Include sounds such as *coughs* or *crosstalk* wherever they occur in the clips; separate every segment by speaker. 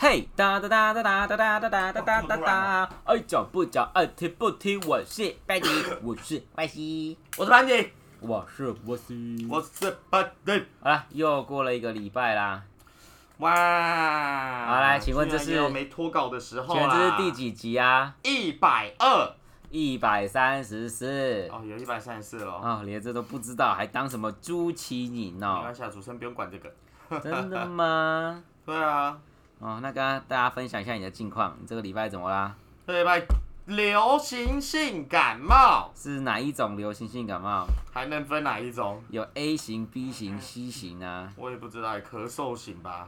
Speaker 1: 嘿，哒哒哒哒哒哒哒哒哒哒哒
Speaker 2: 啊
Speaker 1: 哒哒，哎爱讲不讲，爱听不听，我是班迪，我是歪西，
Speaker 2: 我是班迪，
Speaker 1: 我是波西。
Speaker 2: 我是班迪。
Speaker 1: 好了，又过了一个礼拜啦，
Speaker 2: 哇！
Speaker 1: 好
Speaker 2: 好
Speaker 1: 来请问这是
Speaker 2: 没脱稿的时候
Speaker 1: 请问
Speaker 2: 啦？
Speaker 1: 这是第？几集啊？
Speaker 2: 一百二。
Speaker 1: 一百三十四。
Speaker 2: 哦，有一百三十四了。
Speaker 1: 啊、连这都不知道，还当什么朱奇宁
Speaker 2: 没
Speaker 1: 哦
Speaker 2: 关？系啊，主持人不用管这个。
Speaker 1: 真的吗？
Speaker 2: 对啊，
Speaker 1: 哦，那跟大家分享一下你的近况，你这个礼拜怎么啦？
Speaker 2: 这礼拜流行性感冒
Speaker 1: 是哪一种流行性感冒？
Speaker 2: 还能分哪一种？
Speaker 1: 有 A 型、B 型、C 型啊？
Speaker 2: 我也不知道，咳嗽型吧。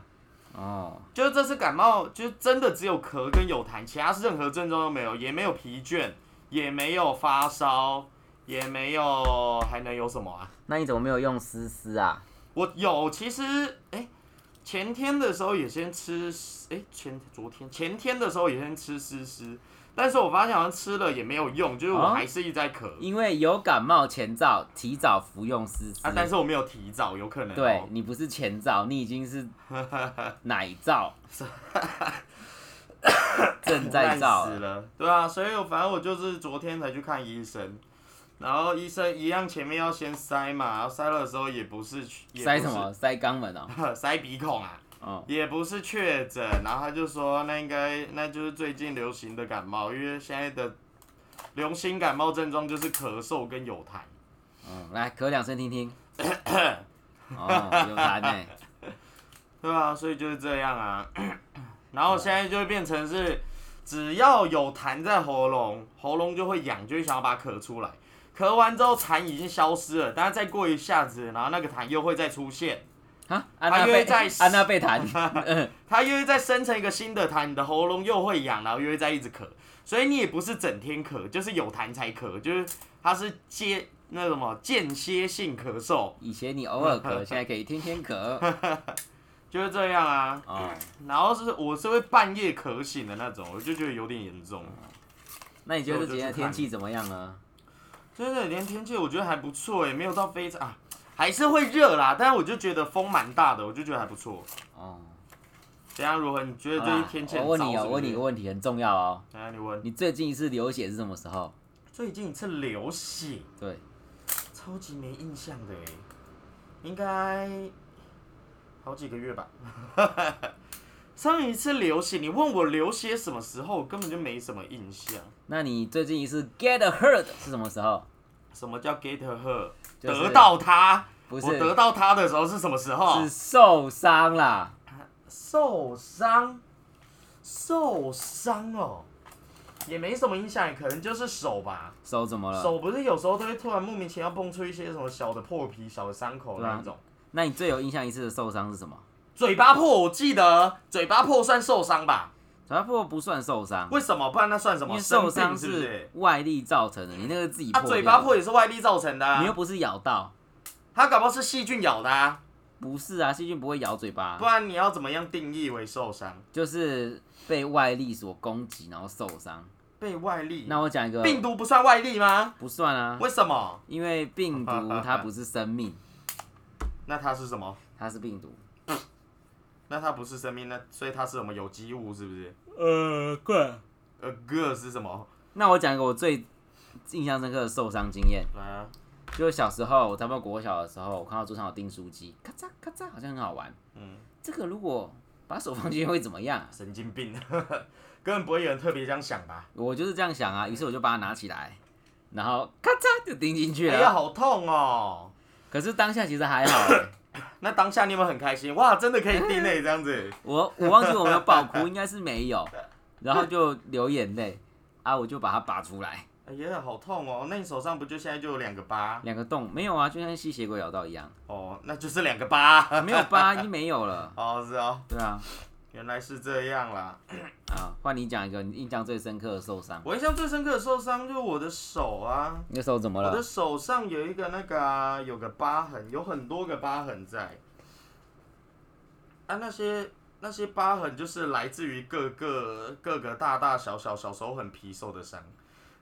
Speaker 1: 哦，
Speaker 2: 就是这次感冒，就是真的只有咳跟有痰，其他任何症状都没有，也没有疲倦，也没有发烧，也没有还能有什么啊？
Speaker 1: 那你怎么没有用思思啊？
Speaker 2: 我有，其实哎、诶前天的时候也先吃，哎、前昨天前天的时候也先吃丝丝，但是我发现好像吃了也没有用，就是我
Speaker 1: 啊
Speaker 2: 还是一直在咳
Speaker 1: 因为有感冒前兆，提早服用思思。
Speaker 2: 啊，但是我没有提早，有可能、哦。 *laughs*
Speaker 1: 对你不是前兆，你已经是奶兆，正在
Speaker 2: 烂
Speaker 1: 兆
Speaker 2: 死
Speaker 1: 了。
Speaker 2: 了，对啊，所以我反正我就是昨天才去看医生，然后医生一样前面要先塞嘛，然后塞了的时候也不是去也不
Speaker 1: 塞
Speaker 2: 是
Speaker 1: 什么？塞肛门哦。
Speaker 2: *laughs* 塞鼻孔啊，
Speaker 1: 哦，
Speaker 2: 也不是确诊，然后他就说那应该那就是最近流行的感冒，因为现在的流行感冒症状就是咳嗽跟有痰。
Speaker 1: 嗯，来咳两声听
Speaker 2: *laughs*
Speaker 1: 听。哦，有痰呢。
Speaker 2: 对啊，所以就是这
Speaker 1: *coughs*
Speaker 2: 样啊。然后现在就会变成是，只要有痰在喉咙，喉咙就会痒，就会想要把它咳出来。咳完之后痰已经消失了，但是再过一下子，然后那个痰又会再出现，
Speaker 1: 啊，安娜
Speaker 2: 因
Speaker 1: 贝
Speaker 2: 为在
Speaker 1: *laughs* 安娜贝痰。
Speaker 2: *laughs* 它又会再生成一个新的痰，你的喉咙又会痒，然后又会再一直咳。所以你也不是整天咳，就是有痰才咳，就是它是间那什么间歇性咳嗽，
Speaker 1: 以前你偶尔咳，现在可以天天咳。
Speaker 2: 就是这样啊。
Speaker 1: 哦，
Speaker 2: 然后是我是会半夜咳醒的那种，我就觉得有点严重。
Speaker 1: 那你觉得这几天的天气怎么样呢？
Speaker 2: 真的，连天气我觉得还不错也没有到非常啊，还是会热啦，但是我就觉得风蛮大的，我就觉得还不错。
Speaker 1: 哦，
Speaker 2: 怎样？如何？你觉得
Speaker 1: 好
Speaker 2: 最近
Speaker 1: 啦
Speaker 2: 天气
Speaker 1: 我
Speaker 2: 很
Speaker 1: 问
Speaker 2: 糟
Speaker 1: 你
Speaker 2: 是
Speaker 1: 哦，
Speaker 2: 不
Speaker 1: 问
Speaker 2: 是
Speaker 1: 你一个问题很重要哦。
Speaker 2: 等一下你问。
Speaker 1: 你最近一次流血是什么时候？
Speaker 2: 最近一次流血，
Speaker 1: 对，
Speaker 2: 超级没印象的哎，应该好几个月吧。 *laughs* 上一次流血，你问我流血什么时候，我根本就没什么印象。
Speaker 1: 那你最近一次 get hurt 是什么时候？
Speaker 2: 什么叫 get her？、
Speaker 1: 就是
Speaker 2: 得到他，
Speaker 1: 不
Speaker 2: 我得
Speaker 1: 是，
Speaker 2: 到他的时候是什么时候？
Speaker 1: 是受伤啦。
Speaker 2: 受伤，受伤哦，也没什么影响，可能就是手吧。
Speaker 1: 手怎么了？
Speaker 2: 手不是有时候都会突然莫名其妙蹦出一些什么小的破皮、小的伤口
Speaker 1: 对啊
Speaker 2: 那种。
Speaker 1: 那你最有印象一次的受伤是什么？
Speaker 2: 嘴巴破，我记得嘴巴破算受伤吧？
Speaker 1: 小破啊不算受伤，
Speaker 2: 为什么？不然那算什
Speaker 1: 因
Speaker 2: 么？
Speaker 1: 为受伤
Speaker 2: 生病是不
Speaker 1: 是
Speaker 2: 是？
Speaker 1: 外力造成的，你那个自己
Speaker 2: 他、
Speaker 1: 破。
Speaker 2: 嘴巴，破也是外力造成的、
Speaker 1: 你又
Speaker 2: 啊，
Speaker 1: 不是咬到。
Speaker 2: 他搞不好是细菌咬的、啊，
Speaker 1: 不是啊，细菌不会咬嘴巴
Speaker 2: 不，然你要怎么样定义为受伤？
Speaker 1: 就是被外力所攻击，然后受伤。
Speaker 2: 被外力？
Speaker 1: 那我讲一个，
Speaker 2: 病毒不算外力吗？
Speaker 1: 不算啊，
Speaker 2: 为什么？
Speaker 1: 因为病毒它不是生命，
Speaker 2: 那它是什么？
Speaker 1: 它是病毒。
Speaker 2: 那它不是生命，那所以它是什么有机物？是不是？
Speaker 1: 呃，怪。
Speaker 2: 呃，girl 是什么？
Speaker 1: 那我讲一个我最印象深刻的受伤经验，
Speaker 2: 来啊，
Speaker 1: 就是小时候，我差不多国小的时候，我看到桌上有订书机，咔嚓咔嚓，好像很好玩。
Speaker 2: 嗯，
Speaker 1: 这个如果把手放进去会怎么样？
Speaker 2: 神经病， *laughs* 根本不会有人特别这样想吧？
Speaker 1: 我就是这样想啊，于是我就把它拿起来，然后咔嚓就钉进去
Speaker 2: 哎
Speaker 1: 了。
Speaker 2: 呀，好痛哦！
Speaker 1: 可是当下其实还好、欸，
Speaker 2: 那当下你有没有很开心？哇，
Speaker 1: *laughs*
Speaker 2: 真的可以定内这样子，
Speaker 1: 我我忘记我没有爆哭，应该是没有，然后就流眼泪啊，我就把它拔出来，
Speaker 2: 哎呀，好痛哦！那你手上不就现在就有两个疤？
Speaker 1: 两个洞没有啊，就像吸血鬼咬到一
Speaker 2: *laughs*
Speaker 1: 样，
Speaker 2: 哦，那就是两个疤。 *laughs*
Speaker 1: 没有疤已经没有了，
Speaker 2: 哦，是哦，
Speaker 1: 对啊，
Speaker 2: 原来是这样啦。
Speaker 1: 啊，换你讲一个你印象最深刻的受伤，
Speaker 2: 我印象最深刻的受伤就是我的手啊，
Speaker 1: 你的手怎么
Speaker 2: 我的
Speaker 1: 了？
Speaker 2: 手上有一个那个啊、有个疤痕，有很多个疤痕在。啊，那些那些疤痕就是来自于各个各个大大小小小时候很皮受的伤。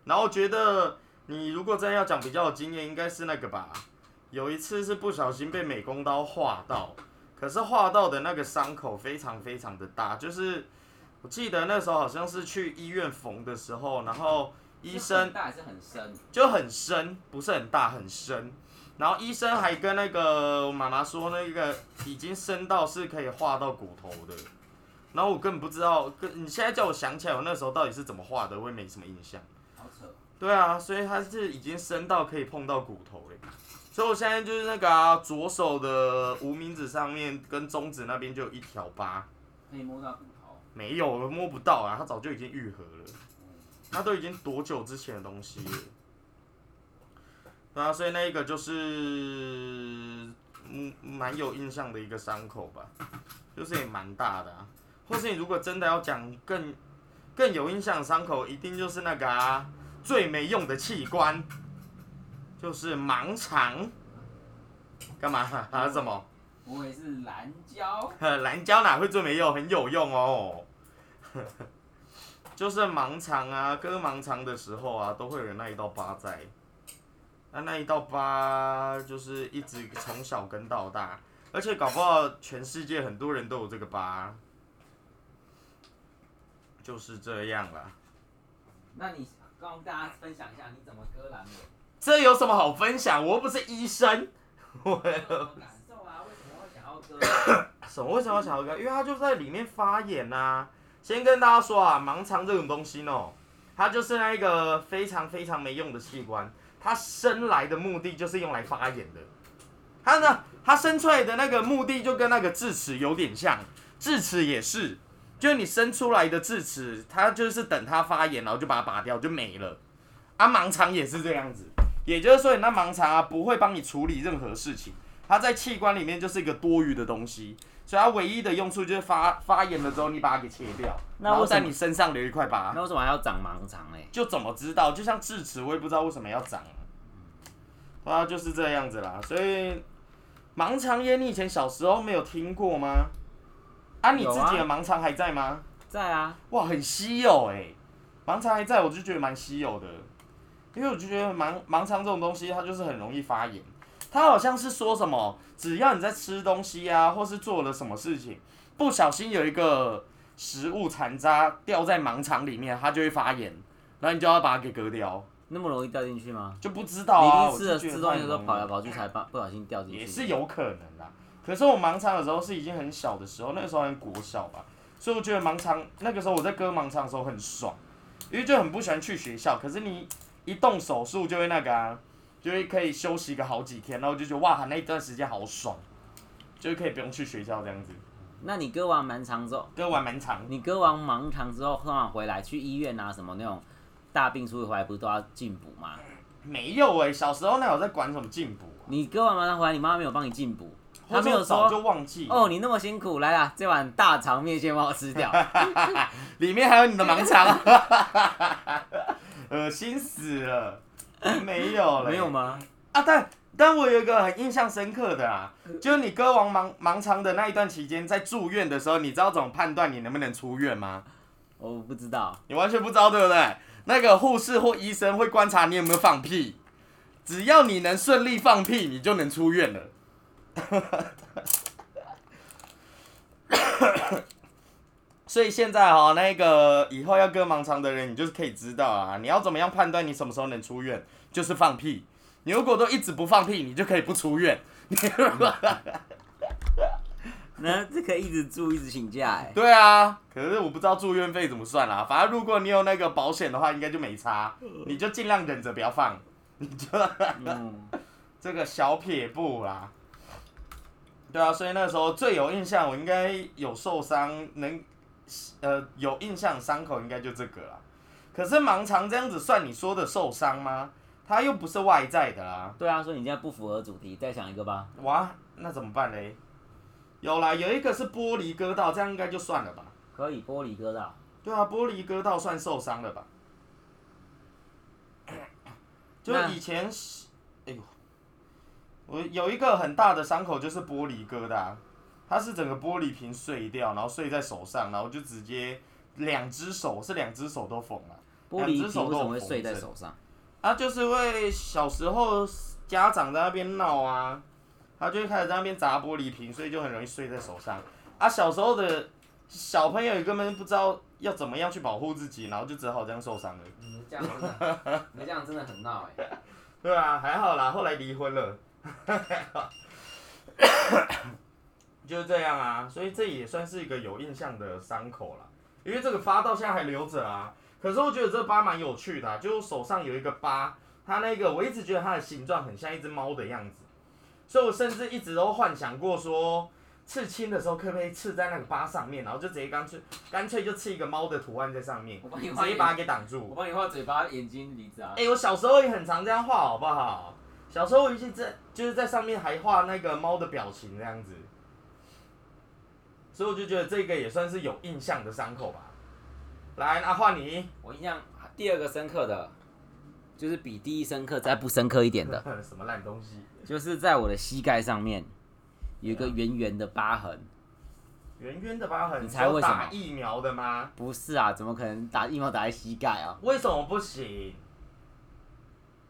Speaker 2: 然后我觉得你如果真要讲比较有经验，应该是那个吧。有一次是不小心被美工刀划到，可是划到的那个伤口非常非常的大，就是我记得那时候好像是去医院缝的时候，然后医
Speaker 3: 是
Speaker 2: 生
Speaker 3: 很大还是很深？
Speaker 2: 就很深，不是很大，很深。然后医生还跟那个我妈妈说，那个已经深到是可以划到骨头的。然后我根本不知道，跟你现在叫我想起来，我那时候到底是怎么画的，我也没什么印象。
Speaker 3: 好扯，哦
Speaker 2: 对啊，所以它是已经深到可以碰到骨头嘞。所以我现在就是那个、啊、左手的无名指上面跟中指那边就有一条疤，
Speaker 3: 可以摸到骨头。哦
Speaker 2: 没有，我摸不到啊，它早就已经愈合了，那都已经多久之前的东西了？对啊，所以那一个就是嗯蛮有印象的一个伤口吧，就是也蛮大的啊。或是你如果真的要讲更更有印象的伤口，一定就是那个啊最没用的器官，就是盲肠。干嘛？啊？什么？
Speaker 3: 我也是蓝胶，
Speaker 2: *laughs* 蓝胶哪会最没用？很有用哦。 *laughs* 就是盲肠啊，割盲肠的时候啊，都会有那一道疤在。那那一道疤就是一直从小跟到大，而且搞不好全世界很多人都有这个疤。就是这样啦，
Speaker 3: 那你跟大家分享一下你怎么割阑尾，
Speaker 2: 这有什么好分享？我又不是医生。 *laughs* 我
Speaker 3: 有什么感受啊？为什么会想要割？
Speaker 2: 什么？为什么要想要割？因为它就在里面发炎呐、啊先跟大家说啊，盲肠这种东西哦呢，它就是那一个非常非常没用的器官，它生来的目的就是用来发炎的。它呢，它生出来的那个目的就跟那个智齿有点像，智齿也是，就是你生出来的智齿，它就是等它发炎，然后就把它拔掉，就没了。啊，盲肠也是这样子，也就是说，你那盲肠啊不会帮你处理任何事情，它在器官里面就是一个多余的东西。所以它唯一的用处就是发发炎了之后，你把它给切掉，
Speaker 3: 那
Speaker 2: 然后
Speaker 3: 为什么
Speaker 2: 在你身上留一块疤。
Speaker 3: *coughs* 那为什么还要长盲肠嘞？
Speaker 2: 就怎么知道？就像智齿，我也不知道为什么要长、啊。对啊，就是这样子啦。所以盲肠炎，你以前小时候没有听过吗？啊，你
Speaker 3: 有
Speaker 2: 自
Speaker 3: 啊
Speaker 2: 己的盲肠还在吗？
Speaker 3: 在啊，
Speaker 2: 哇，很稀有哎、盲肠还在，我就觉得蛮稀有的，因为我就觉得盲盲肠这种东西，它就是很容易发炎。它好像是说什么，只要你在吃东西啊，或是做了什么事情，不小心有一个食物残渣掉在盲肠里面，它就会发炎，然后你就要把它给割掉，
Speaker 3: 那么容易掉进去吗？
Speaker 2: 就不知道
Speaker 3: 你
Speaker 2: 啊。
Speaker 3: 一定吃了
Speaker 2: 我就觉
Speaker 3: 吃
Speaker 2: 得
Speaker 3: 东西
Speaker 2: 太
Speaker 3: 的时候
Speaker 2: 浓
Speaker 3: 跑
Speaker 2: 了
Speaker 3: 来跑去才不不小心掉进去，
Speaker 2: 也是有可能啦。可是我盲肠的时候是已经很小的时候，那个时候很国小吧，所以我觉得盲肠那个时候我在割盲肠的时候很爽，因为就很不喜欢去学校。可是你一动手术就会那个、啊，就会可以休息个好几天，然后就觉得哇，那一段时间好爽，就是可以不用去学校这样子，
Speaker 3: 那你割完盲肠之后，
Speaker 2: 割完盲肠。
Speaker 3: 你割完盲肠之后，喝完回来去医院啊什么那种大病初愈回来不是都要进补吗？
Speaker 2: 没有哎、小时候那有在管什么进补、啊，
Speaker 3: 你割完盲肠回来，你妈妈没有帮你进补，她没有
Speaker 2: 或者我早
Speaker 3: 说
Speaker 2: 就忘记
Speaker 3: 哦，你那么辛苦，来啦，这碗大肠面线帮我吃掉。
Speaker 2: 里面还有你的盲
Speaker 3: *laughs*
Speaker 2: 肠 *laughs* 啊，恶心死了，没有了，
Speaker 3: 没有吗？
Speaker 2: 啊，但但我有一个很印象深刻的啊，就是你割完盲盲肠的那一段期间，在住院的时候，你知道怎么判断你能不能出院吗？
Speaker 3: 我不知道，
Speaker 2: 你完全不知道，对不对？那个护士或医生会观察你有没有放屁，只要你能顺利放屁，你就能出院了。 *coughs* 所以现在哈、那个以后要割盲肠的人，你就是可以知道啊，你要怎么样判断你什么时候能出院，就是放屁。你如果都一直不放屁，你就可以不出院。
Speaker 1: *laughs*
Speaker 3: 那这可以一直住一直请假哎、
Speaker 2: 对啊，可是我不知道住院费怎么算啦、啊反正如果你有那个保险的话，应该就没差，你就尽量忍着不要放，你就
Speaker 3: 嗯，
Speaker 2: 这个小撇步啦。对啊，所以那时候最有印象，我应该有受伤，能呃有印象伤口应该就这个啦。可是盲肠这样子算你说的受伤吗？它又不是外在的啦。
Speaker 3: 对啊，所以你现在不符合主题，再想一个吧。
Speaker 2: 哇，那怎么办嘞？有啦，有一个是玻璃割到，这样应该就算了吧。
Speaker 3: 可以，玻璃割到，
Speaker 2: 对啊，玻璃割到算受伤了吧？就
Speaker 3: 那
Speaker 2: 以前是，哎呦，我有一个很大的伤口就是玻璃割的、啊，它是整个玻璃瓶碎掉，然后碎在手上，然后就直接两只手是两只手都缝啊了、
Speaker 3: 玻璃
Speaker 2: 两
Speaker 3: 皮
Speaker 2: 只
Speaker 3: 为
Speaker 2: 手
Speaker 3: 什
Speaker 2: 都有
Speaker 3: 么会碎在
Speaker 2: 缝
Speaker 3: 手上？
Speaker 2: 啊，就是会小时候家长在那边闹啊，他就会开始在那边砸玻璃瓶，所以就很容易碎在手上。啊，小时候的小朋友也根本不知道要怎么样去保护自己，然后就只好这样受伤了。
Speaker 1: 你们这样真的，你们这样真的很闹哎、
Speaker 2: 对啊，还好啦，后来离婚了， *laughs* 就是这样啊，所以这也算是一个有印象的伤口啦，因为这个疤到现在还留着啊。可是我觉得这疤蛮有趣的、啊，就手上有一个疤，它那个我一直觉得它的形状很像一只猫的样子，所以我甚至一直都幻想过说，刺青的时候可不可以刺在那个疤上面，然后就直接干脆干脆就刺一个猫的图案在上面，
Speaker 1: 我帮你
Speaker 2: 直
Speaker 1: 画
Speaker 2: 接
Speaker 1: 眼
Speaker 2: 把它给挡
Speaker 1: *laughs*
Speaker 2: 住
Speaker 1: 我。帮你画嘴巴、眼睛、鼻子啊。
Speaker 2: 哎、我小时候也很常这样画，好不好？小时候我一直在就是在上面还画那个猫的表情这样子，所以我就觉得这个也算是有印象的伤口吧。来，那换你， *laughs*
Speaker 1: 我印象第二个深刻的，嗯就是比第一深刻再不深刻一点的，
Speaker 2: 什么烂东西？
Speaker 1: 就是在我的膝盖上面有一个圆圆的疤痕。
Speaker 2: 圆圆的疤痕，
Speaker 1: 你猜为什么
Speaker 2: 打疫苗的吗？
Speaker 1: 不是啊，怎么可能打疫苗打在膝盖啊？
Speaker 2: 为什么不行？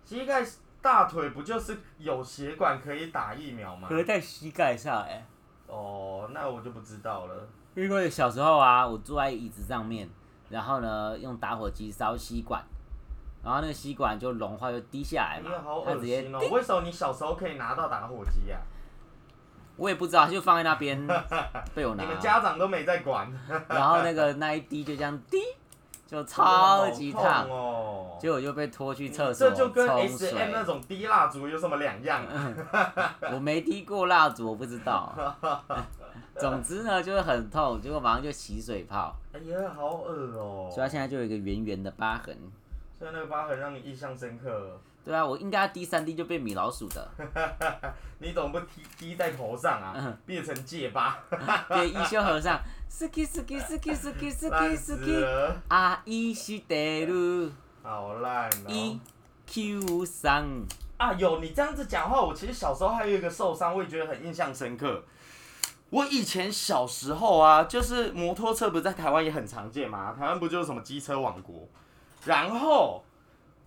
Speaker 2: 膝盖、大腿不就是有血管可以打疫苗吗？
Speaker 1: 可是在膝盖上哎、
Speaker 2: 哦，那我就不知道了。
Speaker 1: 因为小时候啊，我坐在椅子上面，然后呢用打火机烧吸管，然后那个吸管就融化就滴下来
Speaker 2: 哎
Speaker 1: 嘛
Speaker 2: 呀，，好
Speaker 1: 它
Speaker 2: 恶
Speaker 1: 直接
Speaker 2: 心哦！为什么你小时候可以拿到打火机啊呀、
Speaker 1: 我也不知道，就放在那边
Speaker 2: *laughs*
Speaker 1: 被我拿
Speaker 2: 你，们家长都没在管，
Speaker 1: 然后那个那一滴就这样滴，就超级
Speaker 2: 好
Speaker 1: 烫
Speaker 2: 痛，哦。
Speaker 1: 结果就被拖去厕所
Speaker 2: 这就跟
Speaker 1: 冲
Speaker 2: S
Speaker 1: 水
Speaker 2: M。那种滴蜡烛有什么两样？
Speaker 1: 我没滴过蜡烛，我不知
Speaker 2: *laughs*
Speaker 1: 道。总之呢，就是很痛，结果马上就起水泡，
Speaker 2: 哎呀，好恶哦、
Speaker 1: 所以它现在就有一个圆圆的疤痕。
Speaker 2: 所以那个疤痕让你印象深刻，
Speaker 1: 对啊，我应该滴三滴就变米老鼠的，
Speaker 2: 你怎么不滴滴在头上
Speaker 1: 嗯
Speaker 2: 啊？变成戒疤，
Speaker 1: 变一休和尚。s k i s k i s k i s k i s k
Speaker 2: 烂
Speaker 1: i
Speaker 2: 死
Speaker 1: s k i
Speaker 2: 了，
Speaker 1: 啊，伊西德鲁
Speaker 2: 好烂
Speaker 1: 一
Speaker 2: 哦、
Speaker 1: Q 三，
Speaker 2: 啊，有你这样子讲话，我其实小时候还有一个受伤，我也觉得很印象深刻。我以前小时候啊，就是摩托车不是在台湾也很常见嘛，台湾不就是什么机车王国？然后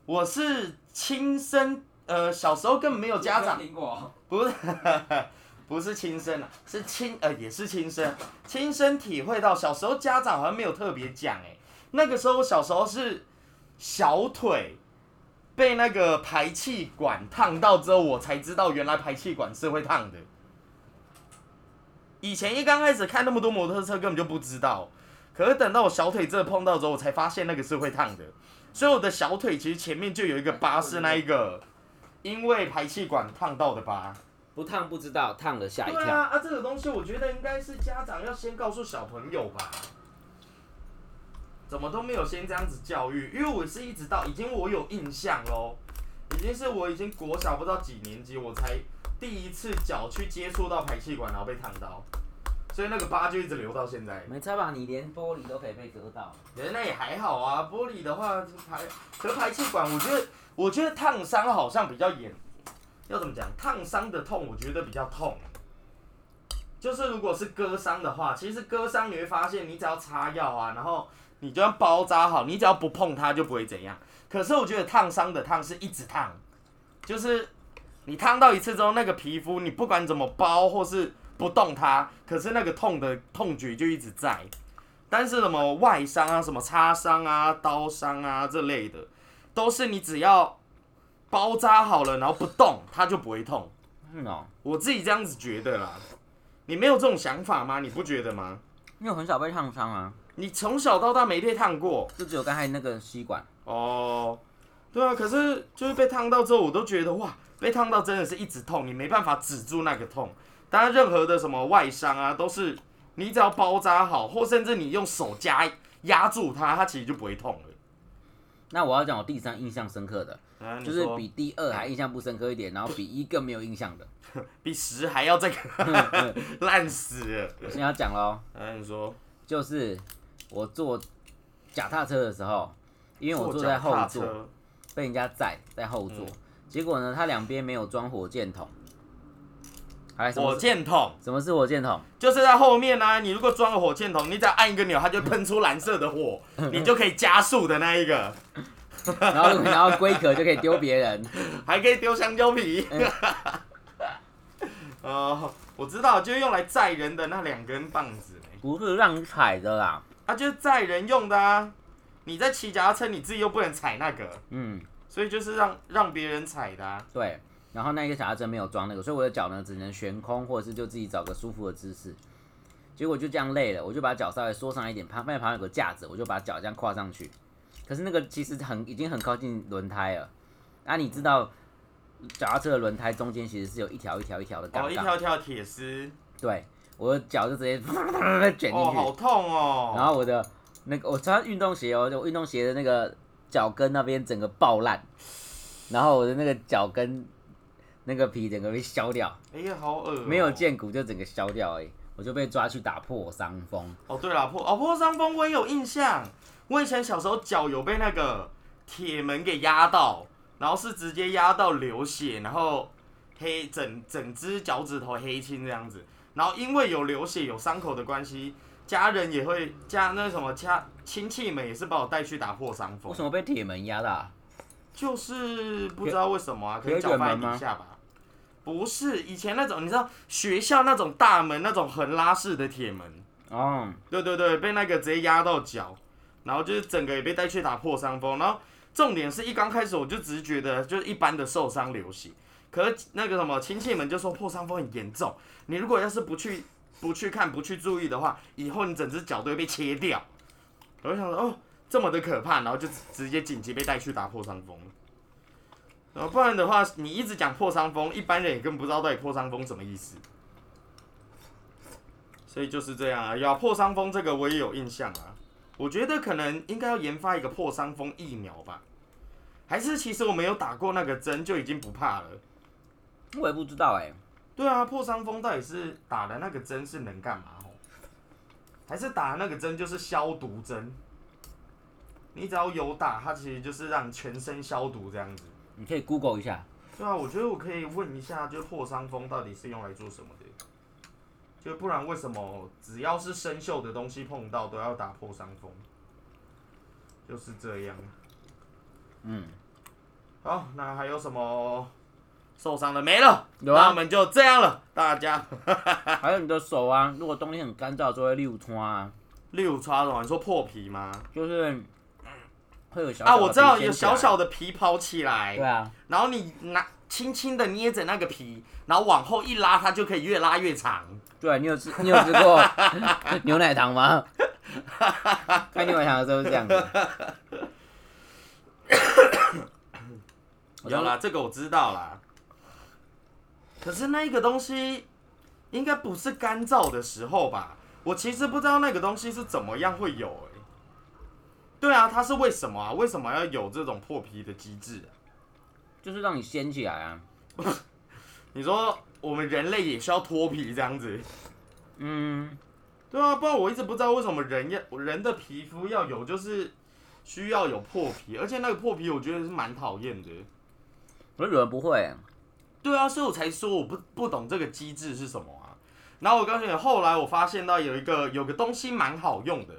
Speaker 2: 我是亲身，呃，小时候根本没有家长，
Speaker 1: 听过，
Speaker 2: 不是不是亲身啊，是亲呃也是亲身，亲身体会到小时候家长好像没有特别讲哎、那个时候我小时候是小腿被那个排气管烫到之后，我才知道原来排气管是会烫的。以前一刚开始看那么多摩托车根本就不知道，可是等到我小腿这碰到之后，我才发现那个是会烫的。所以我的小腿其实前面就有一个疤，是那一个因为排气管烫到的疤。
Speaker 1: 不烫不知道，烫了吓一
Speaker 2: 对
Speaker 1: 跳。
Speaker 2: 啊，啊，这个东西我觉得应该是家长要先告诉小朋友吧。怎么都没有先这样子教育，因为我是一直到已经我有印象喽，已经是我已经国小不知道几年级，我才第一次脚去接触到排气管，然后被烫到，所以那个疤就一直留到现在。
Speaker 1: 没差吧？你连玻璃都可以被割到。
Speaker 2: 可是那也还好啊，玻璃的话就排，可是排气管，我觉得我觉得烫伤好像比较严，要怎么讲？烫伤的痛我觉得比较痛，就是如果是割伤的话，其实割伤你会发现，你只要擦药啊，然后你就算包扎好，你只要不碰它就不会怎样。可是我觉得烫伤的烫是一直烫，就是你烫到一次之后，那个皮肤你不管怎么包或是不动它，可是那个痛的痛觉就一直在。但是什么外伤啊、什么擦伤啊、刀伤啊这类的，都是你只要包扎好了，然后不动，它就不会痛。
Speaker 1: 嗯哦，
Speaker 2: 我自己这样子觉得啦。你没有这种想法吗？你不觉得吗？
Speaker 1: 因为我很少被烫伤啊，
Speaker 2: 你从小到大没被烫过
Speaker 1: 就只有刚才那个吸管。
Speaker 2: 哦。对啊，可是就是被烫到之后，我都觉得哇，被烫到真的是一直痛，你没办法止住那个痛。当然，任何的什么外伤啊，都是你只要包扎好，或甚至你用手夹压住它，它其实就不会痛了。
Speaker 1: 那我要讲我第三印象深刻的，
Speaker 2: 啊你
Speaker 1: 就是
Speaker 2: 说
Speaker 1: 比第二还印象不深刻一点，然后比一更没有印象的。
Speaker 2: 比十还要这个 *laughs* 烂死了。
Speaker 1: 我现在要讲喽，
Speaker 2: 然后你说
Speaker 1: 就是我坐脚踏车的时候，因为我坐在后
Speaker 2: 脚踏
Speaker 1: 座，
Speaker 2: 车，
Speaker 1: 被人家载在后座，
Speaker 2: 嗯
Speaker 1: 结果呢，他两边没有装火箭筒。哎，什么
Speaker 2: 火
Speaker 1: 是
Speaker 2: 箭筒
Speaker 1: 什么是火箭筒？
Speaker 2: 就是在后面呢、啊你如果装了火箭筒，你只要按一个钮，它就喷出蓝色的
Speaker 1: *laughs*
Speaker 2: 火，你就可以加速的那一个，
Speaker 1: 然后如果你
Speaker 2: *laughs*
Speaker 1: 要龟壳就可以丢别人。
Speaker 2: 还可以丢香蕉皮。呃，我知道，就是用来载人的那两根棒子没
Speaker 1: 不是让你踩的啦。
Speaker 2: 啊，就是载人用的啊。你在骑脚踏车，你自己又不能踩那个，
Speaker 1: 嗯，
Speaker 2: 所以就是让让别人踩的、啊。
Speaker 1: 对。然后那个小孩真没有装那个，所以我的脚呢只能悬空，或者是就自己找个舒服的姿势。结果就这样累了，我就把脚稍微缩上一点，旁边旁边有个架子，我就把脚这样跨上去。可是那个其实很已经很靠近轮胎了。啊，你知道脚踏车的轮胎中间其实是有一条一条一条的
Speaker 2: 哦，
Speaker 1: 杠
Speaker 2: 一
Speaker 1: 杠，
Speaker 2: 条条铁丝，
Speaker 1: 对，我的脚就直接 *laughs* 卷进去。
Speaker 2: 哦，好痛哦。
Speaker 1: 然后我的那个我穿运动鞋哦，我运动鞋的那个脚跟那边整个爆烂，然后我的那个脚跟那个皮整个被削掉，
Speaker 2: 哎呀，好恶、
Speaker 1: 没有。见骨就整个削掉而已，我就被抓去打破伤风。
Speaker 2: 哦，对了，破哦破伤风我也有印象，我以前小时候脚有被那个铁门给压到，然后是直接压到流血，然后黑整整只脚趾头黑青这样子。然后因为有流血有伤口的关系，家人也会家那什么家亲戚们也是把我带去打破伤风
Speaker 1: 为什，么被铁门压的啊、
Speaker 2: 就是不知道为什么啊，可
Speaker 1: 有
Speaker 2: 能
Speaker 1: 一个
Speaker 2: 脚放
Speaker 1: 门
Speaker 2: 在
Speaker 1: 吗
Speaker 2: 底下吧。不是以前那种，你知道学校那种大门那种横拉式的铁门，
Speaker 1: 哦，
Speaker 2: 对对对，被那个直接压到脚，然后就是整个也被带去打破伤风，然后重点是一刚开始我就只是觉得就是一般的受伤流血，可是那个什么亲戚们就说破伤风很严重，你如果要是不去不去看不去注意的话，以后你整只脚都会被切掉。我就想说哦这么的可怕，然后就直接紧急被带去打破伤风。然后不然的话，你一直讲破伤风，一般人也根本不知道到底破伤风什么意思。所以就是这样啊，有啊破伤风这个我也有印象啊。我觉得可能应该要研发一个破伤风疫苗吧，还是其实我没有打过那个针就已经不怕了。
Speaker 1: 我也不知道哎、
Speaker 2: 对啊，破伤风到底是打的那个针是能干嘛吼？还是打的那个针就是消毒针？你只要有打，它其实就是让你全身消毒这样子。
Speaker 1: 你可以 Google 一
Speaker 2: *laughs*
Speaker 1: 下，
Speaker 2: 对啊，我觉得我可以问一下，就是破伤风到底是用来做什么的？就不然为什么只要是生锈的东西碰到都要打破伤风？就是这样。
Speaker 1: 嗯，
Speaker 2: 好，那还有什么受伤的没了？
Speaker 1: 有啊
Speaker 2: 那我们就这样了，大家
Speaker 1: 还有你的手啊，如果冬天很干燥就会溜穿啊，
Speaker 2: 六叉的，你说破皮吗？
Speaker 1: 就是会有小小
Speaker 2: 啊，
Speaker 1: 的
Speaker 2: 我知道
Speaker 1: 皮
Speaker 2: 有
Speaker 1: 掀起来
Speaker 2: 小小的皮跑起来，
Speaker 1: 对啊，
Speaker 2: 然后你拿轻轻的捏着那个皮，然后往后一拉，它就可以越拉越长。
Speaker 1: 对，你有吃 *laughs* 你有吃过牛奶糖
Speaker 2: *laughs*
Speaker 1: 吗？看牛奶糖的时候是这样子。我
Speaker 2: *coughs* 有
Speaker 1: 当
Speaker 2: 啦，这个我知道啦。可是那个东西应该不是干燥的时候吧？我其实不知道那个东西是怎么样会有诶、对啊，它是为什么啊？为什么要有这种破皮的机制啊、
Speaker 1: 就是让你掀起来啊。
Speaker 2: 你说我们人类也需要脱皮这样子？
Speaker 1: 嗯，
Speaker 2: 对啊，不然我一直不知道为什么人要人的皮肤要有，就是需要有破皮，而且那个破皮我觉得是蛮讨厌的。
Speaker 1: 可是有人不会欸、
Speaker 2: 对啊，所以我才说我不不懂这个机制是什么啊。然后我告诉你，后来我发现到有一个有个东西蛮好用的，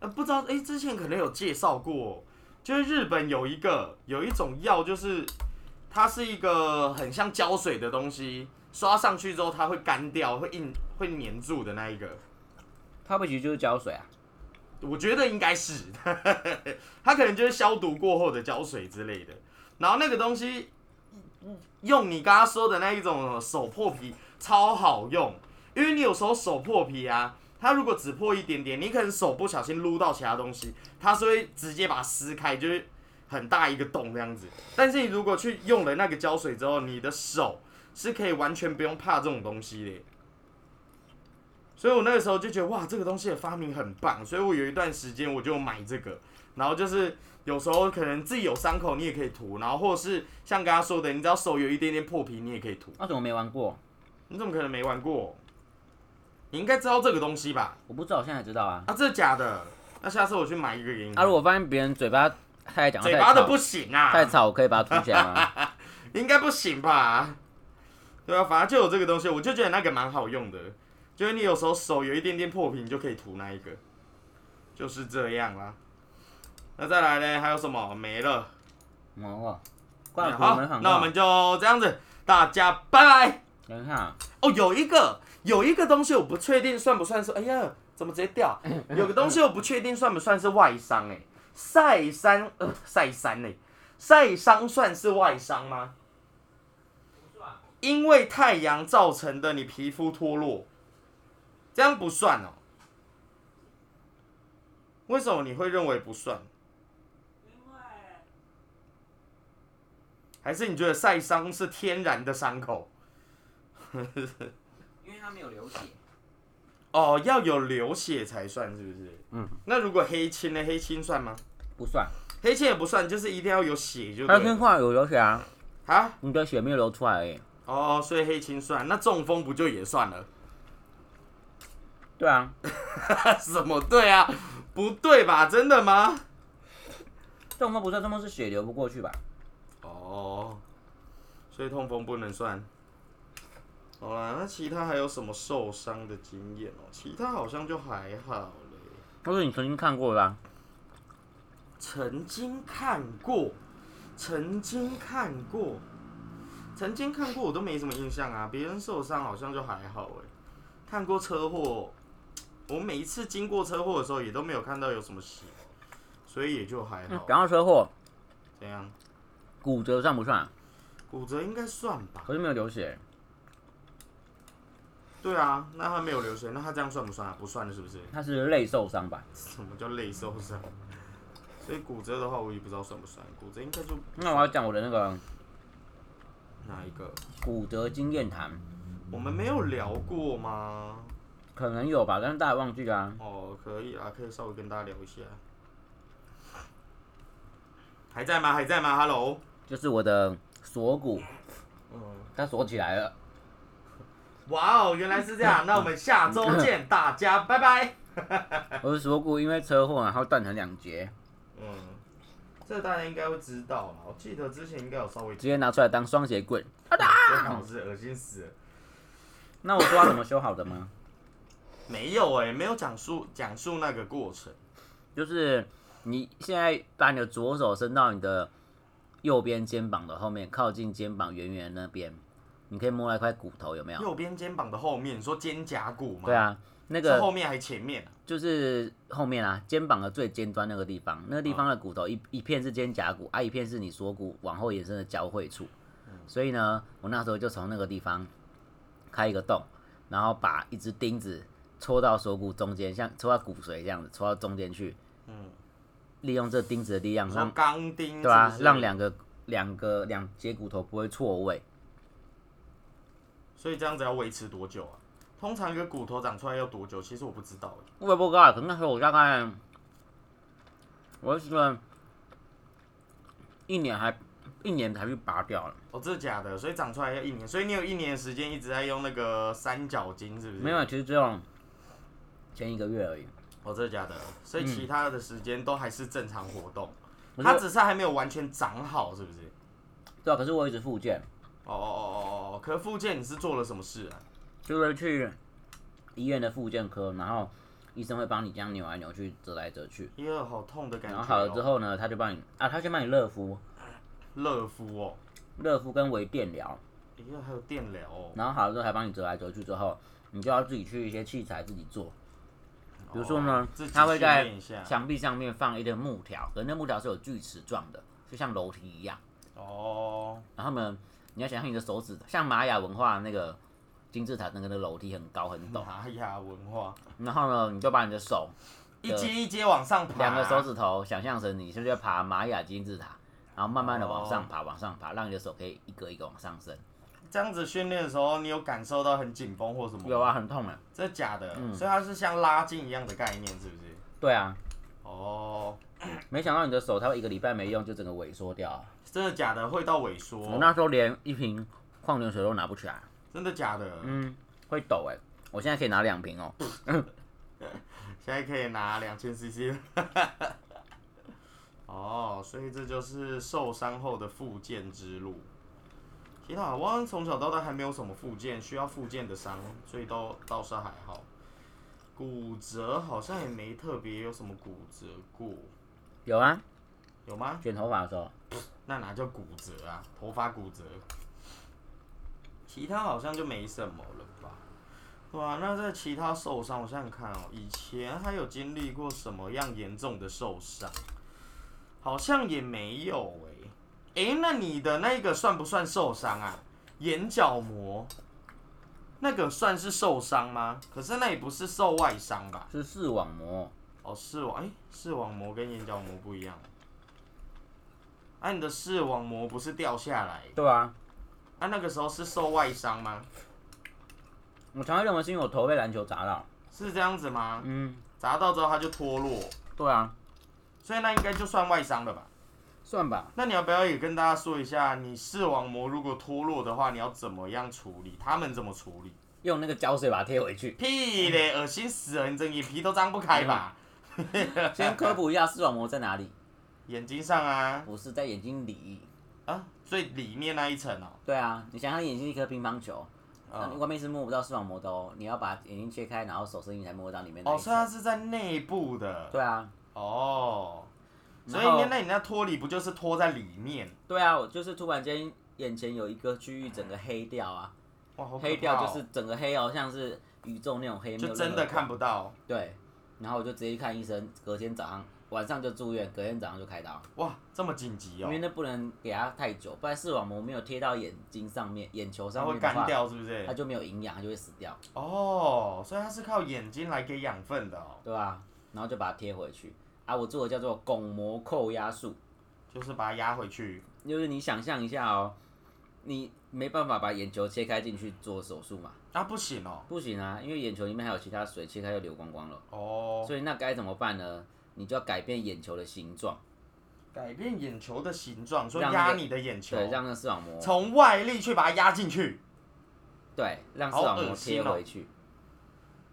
Speaker 2: 呃，不知道哎，之前可能有介绍过，就是日本有一个有一种药，就是它是一个很像胶水的东西，刷上去之后它会干掉，会硬会粘住的那一个。
Speaker 1: 它不其实就是胶水啊。
Speaker 2: 我觉得应该是， *laughs* 它可能就是消毒过后的胶水之类的。然后那个东西，用你刚刚说的那一种手破皮超好用，因为你有时候手破皮啊，它如果只破一点点，你可能手不小心撸到其他东西，它是会直接把它撕开，就是很大一个洞这样子。但是你如果去用了那个胶水之后，你的手是可以完全不用怕这种东西的耶。所以我那个时候就觉得哇，这个东西的发明很棒，所以我有一段时间我就买这个，然后就是有时候可能自己有伤口你也可以涂，然后或者是像刚刚说的，你只要手有一点点破皮你也可以涂。
Speaker 1: 那、啊怎么没玩过？
Speaker 2: 你怎么可能没玩过？你应该知道这个东西吧？
Speaker 1: 我不知道，我现在才知道啊。
Speaker 2: 啊，这假的？那下次我去买一个给你。
Speaker 1: 啊，如果发现别人嘴巴太讲话
Speaker 2: 嗯嘴
Speaker 1: 太
Speaker 2: 巴的
Speaker 1: 吵
Speaker 2: 不行啊，
Speaker 1: 太吵，我可以把它吐起来吗？ *laughs*
Speaker 2: 应该不行吧？对啊，反正就有这个东西，我就觉得那个蛮好用的，就是你有时候手有一点点破皮，你就可以涂那一个，就是这样啦。那再来呢？还有什么没了？
Speaker 1: 没有，怪我
Speaker 2: 好
Speaker 1: 没看，
Speaker 2: 那我
Speaker 1: 过。
Speaker 2: 们就这样子，大家拜拜。
Speaker 1: 等一下，
Speaker 2: 哦，有一个有一个东西我不确定算不算是，哎呀，怎么直接掉？有个东西我不确定算不算是外伤哎、晒伤呃晒伤哎，晒伤算是外伤吗？因为太阳造成的你皮肤脱落，这样不算哦。为什么你会认为不算？还是你觉得晒伤是天然的伤口？
Speaker 1: 因为他没有流血，
Speaker 2: 哦，要有流血才算，是不是？嗯。那如果黑青呢？黑青算吗？
Speaker 1: 不算。
Speaker 2: 黑青也不算，就是一定要有血就
Speaker 1: 他
Speaker 2: 对
Speaker 1: 听
Speaker 2: 了。
Speaker 1: 话有流血啊，
Speaker 2: 啊？
Speaker 1: 你的血没有流出来而已。
Speaker 2: 哦，所以黑青算。那中风不就也算了？ *laughs*
Speaker 1: 对啊，
Speaker 2: 什么对啊？不对吧？真的吗？
Speaker 1: 中风不算，中风是血流不过去吧？
Speaker 2: 哦，所以痛风不能算。好啦，那其他还有什么受伤的经验哦？其他好像就还好嘞。
Speaker 1: 他说你曾经看过的、啊，
Speaker 2: 曾经看过，曾经看过，曾经看过，我都没什么印象啊。别人受伤好像就还好哎、看过车祸，我每一次经过车祸的时候也都没有看到有什么血，所以也就还
Speaker 1: 嗯
Speaker 2: 好。
Speaker 1: 讲到车祸，
Speaker 2: 怎样？
Speaker 1: 骨折算不算？
Speaker 2: 骨折应该算吧？
Speaker 1: 可是没有流血，
Speaker 2: 对啊，那他没有流血，那他这样算不算啊？不算的是不是？
Speaker 1: 他是类受伤吧？
Speaker 2: 什么叫累受伤？所以骨折的话，我也不知道算不算。骨折应该就
Speaker 1: 那我要讲我的那个
Speaker 2: 哪一个？
Speaker 1: 骨折经验谈，
Speaker 2: 我们没有聊过吗？
Speaker 1: 可能有吧，但是大家忘记了啊。
Speaker 2: 哦，可以啊，可以稍微跟大家聊一下。还在吗？还在吗？Hello。
Speaker 1: 就是我的锁骨，
Speaker 2: 嗯，
Speaker 1: 它锁起来了。
Speaker 2: 哇哦，原来是这样。那我们下周见，大家拜拜。
Speaker 1: 我的锁骨因为车祸然后断成两截，
Speaker 2: 嗯，这大家应该会知道啦。我记得之前应该有稍微
Speaker 1: 直，接拿出来当双节棍。
Speaker 2: 这脑子恶心死了。
Speaker 1: 那我说要怎么修好的吗？
Speaker 2: 没有哎、没有讲述讲述那个过程。
Speaker 1: 就是你现在把你的左手伸到你的右边肩膀的后面，靠近肩膀圆圆那边，你可以摸到一块骨头，有没有？
Speaker 2: 右边肩膀的后面，你说肩胛骨吗？
Speaker 1: 对，啊，那
Speaker 2: 是
Speaker 1: 个
Speaker 2: 后面还前面啊？
Speaker 1: 就是后面啊，肩膀的最尖端那个地方，那个地方的骨头一一片是肩胛骨，啊一片是你锁骨往后延伸的交汇处。
Speaker 2: 嗯
Speaker 1: 所以呢，我那时候就从那个地方开一个洞，然后把一只钉子戳到锁骨中间，像戳到骨髓这样子，戳到中间去。
Speaker 2: 嗯，
Speaker 1: 利用这钉子的力量，
Speaker 2: 你
Speaker 1: 让
Speaker 2: 说钢钉
Speaker 1: 嗯对啊
Speaker 2: 是，不是
Speaker 1: 让两个两个两节骨头不会错位，
Speaker 2: 所以这样子要维持多久啊？通常一个骨头长出来要多久？其实我不知道欸
Speaker 1: 我也不知道，可能那时候我大概，我是说一年还一年才去拔掉了，
Speaker 2: 哦，真的假的？所以长出来要一年，所以你有一年的时间一直在用那个三角巾，是不是？
Speaker 1: 没有，啊其实只有前一个月而已。
Speaker 2: 哦，真的假的？所以其他的时间都还是正常活动，
Speaker 1: 嗯我
Speaker 2: 它
Speaker 1: 就
Speaker 2: 只是还没有完全长好，是不是？
Speaker 1: 对啊，可是我一直复健，
Speaker 2: 哦哦哦哦哦，可是附件你是做了什么事啊？
Speaker 1: 就是去医院的复健科，然后医生会帮你这样扭来扭去、折来折去，
Speaker 2: 因为哎好痛的感
Speaker 1: 然
Speaker 2: 觉、哦
Speaker 1: 后好了之
Speaker 2: 后，
Speaker 1: 后呢，他就帮你啊，他先帮你热敷，
Speaker 2: 热敷哦，
Speaker 1: 热敷跟微电疗。
Speaker 2: 因为还有电疗哦，
Speaker 1: 然后好了之后还帮你折来折去之后，你就要自己去一些器材自己做。比如说呢
Speaker 2: 哦自己
Speaker 1: 它会在
Speaker 2: 训练一下
Speaker 1: 墙壁上面放一根木条，可是那木条是有锯齿状的，就像楼梯一样。
Speaker 2: 哦，
Speaker 1: 然后呢，你要想象你的手指，像玛雅文化那个金字塔那个的楼梯很高很陡，
Speaker 2: 玛雅哎文化，
Speaker 1: 然后呢，你就把你的手
Speaker 2: 一阶一阶往上爬，
Speaker 1: 两个手指头想象成你是不是在爬玛雅金字塔，然后慢慢的往
Speaker 2: 哦
Speaker 1: 上爬，往上爬，让你的手可以一个一个往上升。
Speaker 2: 这样子训练的时候，你有感受到很紧绷或什么？
Speaker 1: 有啊，，很痛啊。
Speaker 2: 这假的，所以它是像拉筋一样的概念，是不是？
Speaker 1: 对啊，
Speaker 2: 哦，
Speaker 1: 没想到你的手它会一个礼拜没用就整个萎缩掉啊。
Speaker 2: 真的假的？会到萎
Speaker 1: 我
Speaker 2: 缩？
Speaker 1: 哦那时候连一瓶矿泉水都拿不起来，
Speaker 2: 真的假的？
Speaker 1: 嗯，会抖哎、我现在可以拿两瓶哦、
Speaker 2: 现在可以拿两千 CC *laughs* 哦，所以这就是受伤后的复健之路。其他我好像从小到大还没有什么复健需要复健的伤，所以都倒是还好。骨折好像也没特别有什么骨折过，
Speaker 1: 有啊，
Speaker 2: 有吗？
Speaker 1: 卷头发的时候，
Speaker 2: 那哪叫骨折啊？头发骨折。其他好像就没什么了吧？对啊，那在其他受伤，我想想看哦，以前还有经历过什么样严重的受伤？好像也没有欸诶、诶、那你的那个算不算受伤啊？眼角膜那个算是受伤吗？可是那也不是受外伤吧？
Speaker 1: 是视网膜，
Speaker 2: 哦，视网诶、视网膜跟眼角膜不一样。啊，你的视网膜不是掉下来？
Speaker 1: 对啊，
Speaker 2: 啊，那个时候是受外伤吗？
Speaker 1: 我常会认为是因为我头被篮球砸到，
Speaker 2: 是这样子吗？
Speaker 1: 嗯，
Speaker 2: 砸到之后它就脱落，
Speaker 1: 对啊，
Speaker 2: 所以那应该就算外伤了吧？
Speaker 1: 算吧，
Speaker 2: 那你要不要也跟大家说一下，你视网膜如果脱落的话，你要怎么样处理？他们怎么处理？
Speaker 1: 用那个胶水把它贴回
Speaker 2: *laughs*
Speaker 1: 去。
Speaker 2: 屁嘞，恶心死了！你整眼皮都张不开吧？
Speaker 1: 先科普一下视网膜在哪里，
Speaker 2: 眼睛上啊
Speaker 1: 不是在眼睛里。
Speaker 2: 啊，最里面那一层哦、
Speaker 1: 对啊，你想想眼睛是一颗乒乓球，那你
Speaker 2: 嗯
Speaker 1: 外面是摸不到视网膜的哦，你要把眼睛切开，然后手伸进去才摸得到里面那一
Speaker 2: 哦，所以它
Speaker 1: 层。
Speaker 2: 是在内部的
Speaker 1: 对啊，
Speaker 2: 哦。所以
Speaker 1: 然后
Speaker 2: 那那你那脱离不就是脱在里面？
Speaker 1: 对啊，我就是突然间眼前有一个区域整个黑掉啊，
Speaker 2: 哇，好可怕哦
Speaker 1: 黑掉就是整个黑哦，像是宇宙那种黑，没
Speaker 2: 就
Speaker 1: 有
Speaker 2: 真
Speaker 1: 任何
Speaker 2: 的看不到。
Speaker 1: 对，然后我就直接去看医生，隔天早上晚上就住院，隔天早上就开刀，
Speaker 2: 哇，这么紧急
Speaker 1: 因
Speaker 2: 哦、
Speaker 1: 为那不能给它太久，不然视网膜没有贴到眼睛上面、眼球
Speaker 2: 它
Speaker 1: 上
Speaker 2: 会
Speaker 1: 面的
Speaker 2: 干
Speaker 1: 话，
Speaker 2: 掉是不是
Speaker 1: 它？就没有营养，它就会死掉，
Speaker 2: 哦，所以它是靠眼睛来给养分的哦、
Speaker 1: 对吧、然后就把它贴回去啊，我做的叫做巩膜扣压术，
Speaker 2: 就是把它压回去。
Speaker 1: 就是你想象一下哦，你没办法把眼球切开进去做手术嘛，
Speaker 2: 啊，不行哦、
Speaker 1: 不行啊，因为眼球里面还有其他水，切开就流光光了，
Speaker 2: 哦，
Speaker 1: 所以那该怎么办呢？你就要改变眼球的形状，
Speaker 2: 改变眼球的形状，说
Speaker 1: 让
Speaker 2: 压
Speaker 1: 那个
Speaker 2: 你的眼球，
Speaker 1: 对，让那视网膜
Speaker 2: 从外力去把它压进去。哦
Speaker 1: 对，让视
Speaker 2: 好
Speaker 1: 网
Speaker 2: 恶
Speaker 1: 膜
Speaker 2: 心
Speaker 1: 贴
Speaker 2: 哦
Speaker 1: 回去。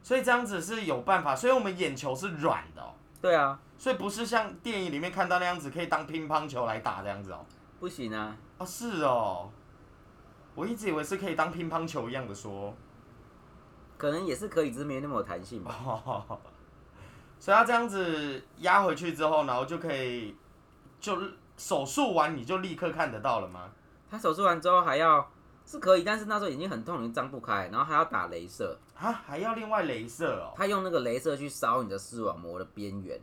Speaker 2: 所以这样子是有办法，所以我们眼球是软的、哦，
Speaker 1: 对啊，
Speaker 2: 所以不是像电影里面看到那样子可以当乒乓球来打这样子哦、
Speaker 1: 不行啊，
Speaker 2: 啊，是哦、我一直以为是可以当乒乓球一样的说。 *laughs*
Speaker 1: 可能也是可以，只是没那么有弹性吧。
Speaker 2: 哦，所以他这样子压回去之后，然后就可以就手术完你就立刻看得到了吗？
Speaker 1: 他手术完之后还要是可以，但是那时候眼睛很痛，你张不开，然后还要打镭射，
Speaker 2: 啊，还要另外镭射哦。
Speaker 1: 他用那个镭射去烧你的视网膜的边缘，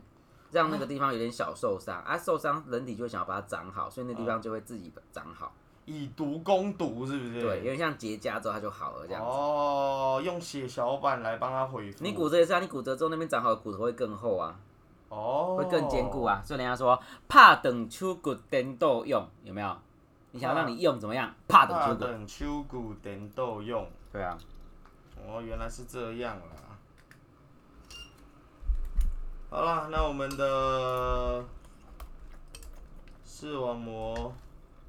Speaker 1: 让
Speaker 2: 哦
Speaker 1: 那个地方有点小受伤啊，受伤人体就会想要把它长好，所以那地
Speaker 2: 哦
Speaker 1: 方就会自己长好，
Speaker 2: 以毒攻毒是不是？
Speaker 1: 对，有，点像结痂之后它就好了这样子。
Speaker 2: 哦，用血小板来帮他恢复。
Speaker 1: 你骨折也是啊，你骨折之后那边长好的骨头会更厚啊，
Speaker 2: 哦，
Speaker 1: 会更坚固。啊。所以人家说怕等出骨等豆用，有没有？你想让你用怎么样？怕等
Speaker 2: 大
Speaker 1: 出骨。
Speaker 2: 等秋骨等豆用。
Speaker 1: 对啊，
Speaker 2: 哦，原来是这样啦。好啦，那我们的视网膜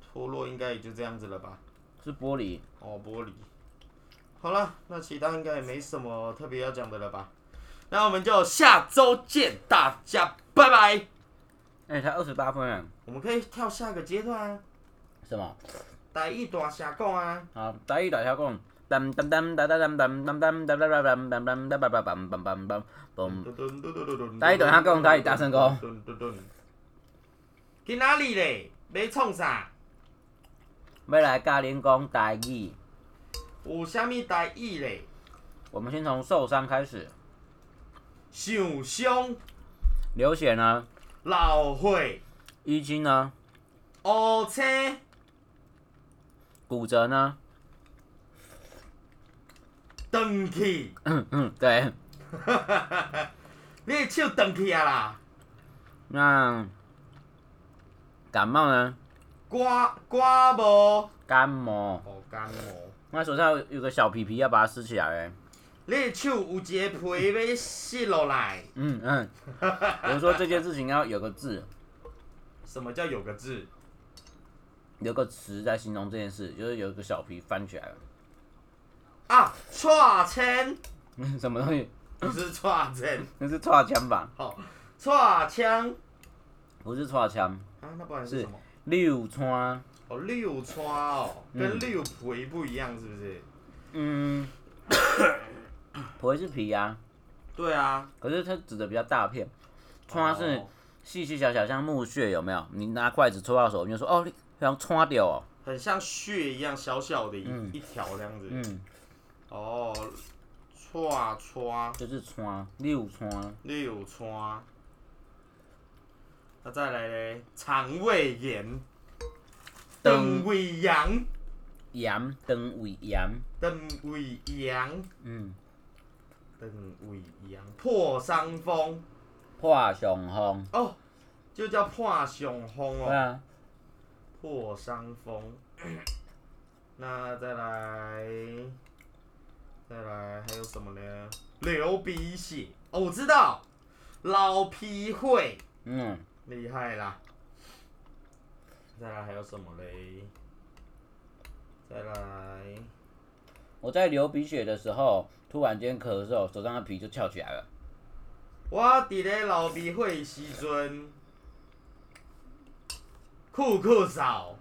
Speaker 2: 脱落应该也就这样子了吧？
Speaker 1: 是玻璃。
Speaker 2: 哦，玻璃。好啦，那其他应该也没什么特别要讲的了吧？那我们就下周见，大家拜拜。
Speaker 1: 哎、才二十八分哎，
Speaker 2: 我们可以跳下个阶段啊，
Speaker 1: 什么？
Speaker 2: 打一大下讲啊。
Speaker 1: 好，打一打条共。噔噔噔噔噔噔噔噔噔噔噔噔噔噔噔噔噔噔噔噔。大家懂他讲台语大声讲。
Speaker 2: 去哪里嘞？要创啥？
Speaker 1: 要来教您讲台语，
Speaker 2: 有啥物代意嘞？
Speaker 1: 我们先从受伤开始。
Speaker 2: 受伤、
Speaker 1: 流血呢，
Speaker 2: 老血、
Speaker 1: 淤青呢，
Speaker 2: 乌青、
Speaker 1: 骨折呢，
Speaker 2: 断去。
Speaker 1: 嗯嗯，对。
Speaker 2: *laughs* 你的手断去啊啦！
Speaker 1: 那感冒呢，
Speaker 2: 刮刮无，
Speaker 1: 感冒，
Speaker 2: 哦感冒。
Speaker 1: 那手上有有个小皮皮，要把它撕起来欸。
Speaker 2: 你的手有一个皮要撕落来。
Speaker 1: 嗯嗯， *laughs* 我是说这件事情要有个字，
Speaker 2: 什么叫有个字？
Speaker 1: 有个词在形容这件事，就是有一个小皮翻起来了。
Speaker 2: 啊，串签，
Speaker 1: 嗯 *laughs* 什么东西？
Speaker 2: 不是串签，
Speaker 1: 那是串枪吧？
Speaker 2: 好，串枪。
Speaker 1: 不是串枪，
Speaker 2: 啊，那不然是什么？
Speaker 1: 六川。
Speaker 2: 哦，六川哦，跟
Speaker 1: 嗯
Speaker 2: 六皮不一样，是不是？
Speaker 1: *coughs* 嗯，皮是皮啊，
Speaker 2: 对啊，哦
Speaker 1: 可是它指的比较大片，川是细细小小，像木屑有没有？你拿筷子戳到手，你就说哦，你想川掉哦，
Speaker 2: 很像血一样小小的一、一条这样子。
Speaker 1: 嗯，
Speaker 2: 哦，歘歘，
Speaker 1: 就是穿六穿，
Speaker 2: 六川。那再来嘞，肠胃炎，
Speaker 1: 灯
Speaker 2: 邓胃阳，
Speaker 1: 盐灯尾盐，
Speaker 2: 邓胃阳，
Speaker 1: 嗯，
Speaker 2: 邓胃阳，破伤风
Speaker 1: 破上风，
Speaker 2: 哦，就叫破伤风
Speaker 1: 对
Speaker 2: 哦，
Speaker 1: 啊，
Speaker 2: 破伤风。那再来，再来还有什么呢？流鼻血哦，我知道，老皮会。
Speaker 1: 嗯，
Speaker 2: 厉害啦！再来还有什么嘞？再来，
Speaker 1: 我在流鼻血的时候，突然间咳嗽，手上的皮就翘起来了。
Speaker 2: 我伫咧老鼻会的时阵，酷酷扫，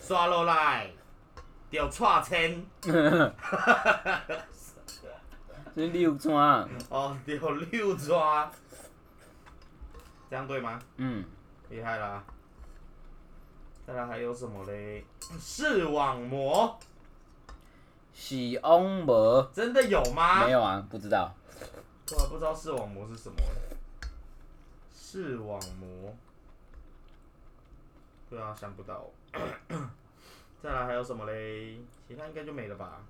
Speaker 2: 刷落来，就串签，
Speaker 1: 是六川，
Speaker 2: 哦， *laughs* 就六抓，这样对吗？
Speaker 1: 嗯，
Speaker 2: 厉害啦！再来还有什么嘞？视网膜
Speaker 1: 喜翁膜
Speaker 2: 真的有吗？
Speaker 1: 没有啊，不知道。
Speaker 2: 我还不知道视网膜是什么欸。视网膜，对啊，想不到。 *coughs* 再来还有什么嘞？其他应该就没了吧。